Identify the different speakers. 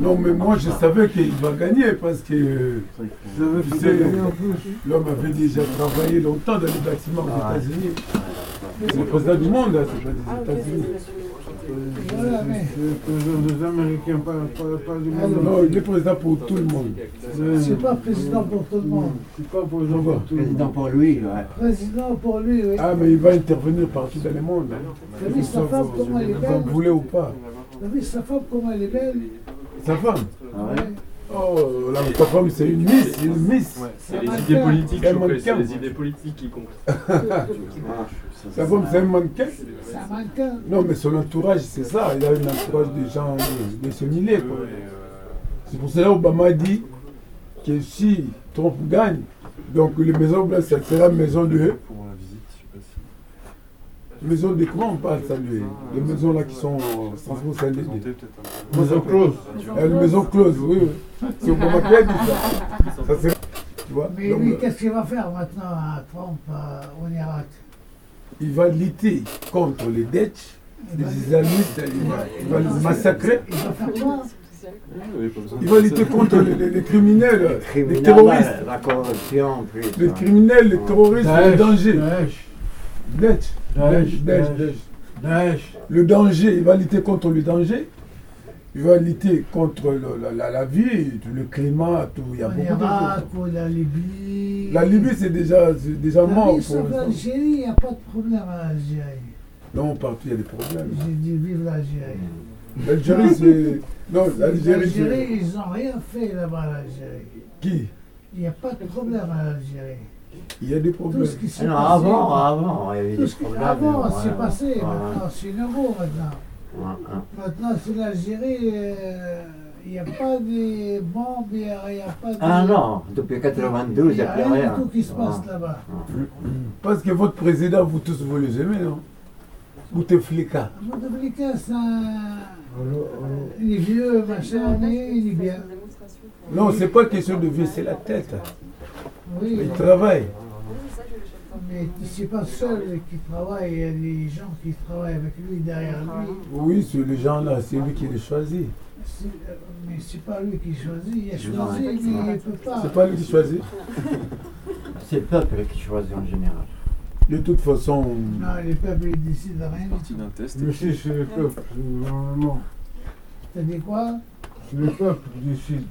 Speaker 1: Non, mais moi je savais qu'il va gagner parce que euh, tu sais, l'homme avait déjà travaillé longtemps dans les bâtiments aux
Speaker 2: Ah
Speaker 1: États-Unis. C'est le président du monde, hein, c'est pas des États-Unis.
Speaker 2: Voilà, mais
Speaker 3: des Américains, pas, pas, pas du monde.
Speaker 1: Non, il est président pour tout le monde.
Speaker 2: c'est pas président pour tout le monde.
Speaker 3: C'est pas pour les gens
Speaker 1: Pourquoi
Speaker 3: partout.
Speaker 2: Mm.
Speaker 4: Président pour lui, ouais. Ah
Speaker 2: Président pour lui, oui.
Speaker 1: Ah, mais il va intervenir partout dans le monde.
Speaker 2: Bah
Speaker 1: hein.
Speaker 2: T'as vu sa femme, comment elle est
Speaker 1: Vous en
Speaker 2: belle
Speaker 1: voulez ou pas
Speaker 2: T'as vu sa femme, comment elle est belle
Speaker 1: Sa femme
Speaker 4: Ah ouais.
Speaker 1: Oh, là, ta femme c'est une miss, une miss.
Speaker 5: C'est les idées politiques,
Speaker 1: Elle
Speaker 5: je trouve que
Speaker 1: manque
Speaker 5: c'est
Speaker 1: quinze.
Speaker 5: les idées politiques qui comptent.
Speaker 1: Sa femme c'est un mannequin.
Speaker 2: C'est un mannequin.
Speaker 1: Non, mais son entourage c'est ça. Il a un entourage de gens de, de ce
Speaker 5: Eh,
Speaker 1: milieu. quoi. C'est pour cela Obama dit que si Trump gagne, donc les maisons blanches, ça sera maison de.
Speaker 5: Pour la visite, je sais pas si.
Speaker 1: Maison de comment on parle ça Les, les maisons là qui sont euh, Strasbourg saint
Speaker 5: Santé, peut-être un peu.
Speaker 1: Maison close. Euh, les maisons closes, oui. oui. C'est Obama qui a dit ça. Ça sera. Tu vois
Speaker 2: Mais
Speaker 1: donc,
Speaker 2: lui,
Speaker 1: euh,
Speaker 2: qu'est-ce qu'il va faire maintenant à Trump euh, en Irak
Speaker 1: il va lutter contre les Dutch, les islamistes, il va, il va les massacrer.
Speaker 2: Il va faire quoi
Speaker 5: Ah,
Speaker 1: Il va lutter contre les, les- les criminels, les
Speaker 4: Criminel,
Speaker 1: terroristes.
Speaker 4: la corruption, puis.
Speaker 1: Les criminels, les terroristes, le danger.
Speaker 3: Daesh,
Speaker 1: Dutch, Dutch,
Speaker 3: Daesh,
Speaker 1: Dutch, Dutch.
Speaker 3: Daesh, Daesh.
Speaker 1: Le danger, il va lutter contre le danger. Il va lutter contre le- la, la- la vie, tout le climat, tout. Il y a
Speaker 2: En
Speaker 1: beaucoup de
Speaker 2: Irak
Speaker 1: choses.
Speaker 2: ou la Libye
Speaker 1: La Libye, c'est déjà, c'est déjà
Speaker 2: La
Speaker 1: mort.
Speaker 2: Libye,
Speaker 1: pour
Speaker 2: sauf
Speaker 1: l'instant.
Speaker 2: l'Algérie, il n'y a pas de problème à l'Algérie.
Speaker 1: Non, partout, il y a des problèmes.
Speaker 2: J'ai dit vive l'Algérie.
Speaker 1: L'Algérie, c'est. Non, l'Algérie, c'est.
Speaker 2: L'Algérie, ils n'ont rien fait là-bas, l'Algérie.
Speaker 1: Qui
Speaker 2: Il n'y a pas de problème à l'Algérie.
Speaker 1: Il y a des
Speaker 2: Tout
Speaker 1: problèmes.
Speaker 2: ce qui
Speaker 4: Ah
Speaker 2: s'est
Speaker 4: Non,
Speaker 2: passé.
Speaker 4: avant, avant, il y avait
Speaker 2: Tout
Speaker 4: des
Speaker 2: ce qui
Speaker 4: problèmes.
Speaker 2: avant,
Speaker 4: ouais,
Speaker 2: c'est passé.
Speaker 4: ouais,
Speaker 2: Maintenant, c'est nouveau maintenant.
Speaker 4: ouais, ouais.
Speaker 2: Maintenant, c'est l'Algérie. euh, Il n'y a pas de bombes, il n'y a il y a pas de.
Speaker 4: Ah non, depuis 92, il n'y a plus
Speaker 2: rien.
Speaker 4: rien.
Speaker 2: du tout qui se passe
Speaker 4: Ouais.
Speaker 2: là-bas.
Speaker 1: Mm. Parce que votre président, vous tous, vous les aimez, non Vous te fliquez.
Speaker 2: Mon dominicain, c'est un. Il est vieux, machin, mais il est bien.
Speaker 1: Non, c'est pas question de vie, c'est la tête.
Speaker 2: Oui,
Speaker 1: Il travaille.
Speaker 2: mais c'est pas seul qui travaille, il y a des gens qui travaillent avec lui derrière lui.
Speaker 1: Oui, c'est les gens-là, c'est lui qui les choisit.
Speaker 2: C'est- euh, Mais c'est pas lui qui choisit, il a
Speaker 4: Non,
Speaker 2: choisi, mais il
Speaker 4: ouais.
Speaker 2: ne peut pas.
Speaker 1: C'est pas lui qui choisit.
Speaker 4: C'est le peuple qui choisit en général.
Speaker 1: De toute façon,
Speaker 2: Non, les peuples ils décident rien.
Speaker 5: Partie d'un test.
Speaker 3: Mais si c'est le peuple, normalement.
Speaker 2: T'as dit quoi
Speaker 3: C'est le peuple qui décide.